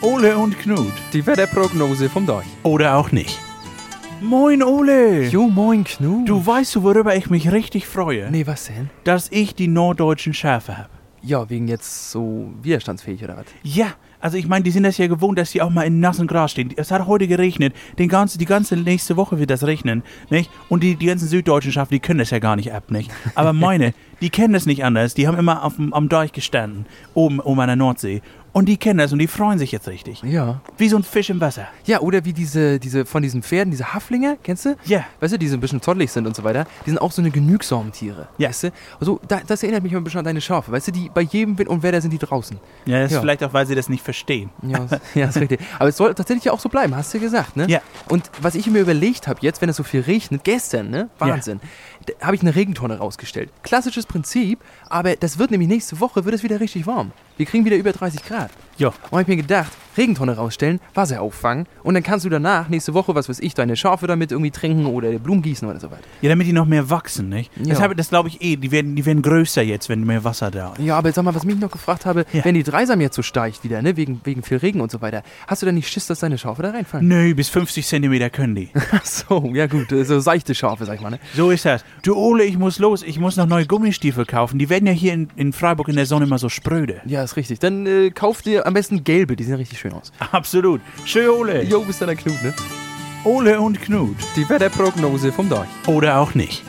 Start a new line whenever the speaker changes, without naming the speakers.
Ole und Knut.
Die Wetterprognose vom Deich.
Oder auch nicht. Moin Ole!
Jo, moin Knut.
Du weißt, du, worüber ich mich richtig freue?
Nee, was denn?
Dass ich die norddeutschen Schafe habe.
Ja, wegen jetzt so widerstandsfähig oder was?
Ja, also ich meine, die sind das ja gewohnt, dass die auch mal in nassen Gras stehen. Es hat heute geregnet. Den ganzen, die ganze nächste Woche wird das regnen, nicht? Und die, die ganzen süddeutschen Schafe, die können das ja gar nicht ab, nicht? Aber meine, die kennen das nicht anders. Die haben immer auf, dem- am Deich gestanden, oben um an der Nordsee. Und die kennen das und die freuen sich jetzt richtig.
Ja.
Wie so ein Fisch im Wasser.
Ja, oder wie diese, diese von diesen Pferden, diese Haflinger, kennst du?
Ja.
Weißt du, die so ein bisschen zottelig sind und so weiter. Die sind auch so eine genügsamen Tiere.
Ja.
Weißt du? Also, da, das erinnert mich mal ein bisschen an deine Schafe. Weißt du, die bei jedem Wind und Wetter sind die draußen.
Ja, das ist
Ja.
vielleicht auch, weil sie das nicht verstehen.
Ja, s- ja, ist richtig. Aber es soll tatsächlich ja auch so bleiben, hast du ja gesagt, ne?
Ja.
Und was ich mir überlegt habe, jetzt, wenn es so viel regnet, gestern, ne? Wahnsinn. Da habe ich eine Regentonne rausgestellt. Klassisches Prinzip, aber das wird nämlich nächste Woche, wird es wieder richtig warm. Wir kriegen wieder über 30 Grad.
Ja.
Und habe ich mir gedacht, Regentonne rausstellen, Wasser auffangen und dann kannst du danach nächste Woche, was weiß ich, deine Schafe damit irgendwie trinken oder Blumen gießen oder so weiter.
Ja, damit die noch mehr wachsen, nicht?
Ja.
Das, hab- das glaube ich eh. Die werden, die werden größer jetzt, wenn mehr Wasser da ist.
Ja, aber sag mal, was mich noch gefragt habe,
Ja.
wenn die Dreisam jetzt so steigt wieder, ne? Wegen, wegen viel Regen und so weiter, hast du dann nicht Schiss, dass deine Schafe da reinfallen?
Nö, bis 50 Zentimeter können die.
Ach so, ja gut, äh, so seichte Schafe, sag ich mal, ne?
So ist das. Du Ole, ich muss los. Ich muss noch neue Gummistiefel kaufen. Die werden ja hier in, in Freiburg in der Sonne immer so spröde.
Ja, ist richtig. Dann äh, kauf dir am besten gelbe, die sehen richtig schön aus.
Absolut. Schön, Ole.
Jo, bist dann der Knut, ne?
Ole und Knut.
Die Wetterprognose vom Deich.
Oder auch nicht.